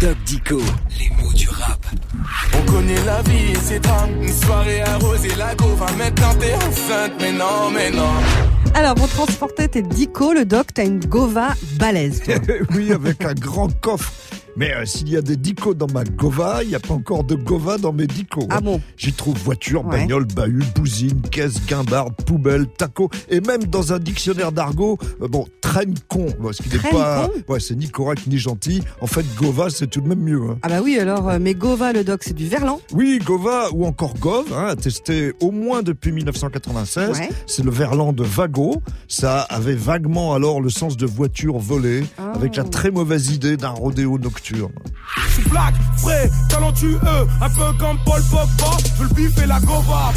Doc Dico, les mots du rap. On connaît la vie et ses drames. Une soirée arrosée, la gauve. Maintenant t'es enceinte, mais non, mais non. Alors, bon, transportait tes dico, le doc, t'as une gova balèze. toi. oui, avec un grand coffre. Mais euh, s'il y a des dicots dans ma gova, il n'y a pas encore de gova dans mes dicots. Ah bon J'y trouve voiture, Ouais. bagnole, bahut, bousine, caisse, guimbarde, poubelle, taco. Et même dans un dictionnaire d'argot, euh, bon, traîne con. Bon, ce qui n'est Traîne pas. Ouais, c'est ni correct ni gentil. En fait, gova, c'est tout de même mieux. hein. Ah bah oui, alors, euh, mais gova, le doc, c'est du verlan. Oui, Gova ou encore Gov, hein, testé au moins depuis 1996. Ouais. C'est le verlan de Vago. Ça avait vaguement alors le sens de voiture volée, Ah. avec la très mauvaise idée d'un rodéo nocturne. Je suis black, frais, talentueux. Un peu comme Paul Pogba. Je veux le bif et la gova.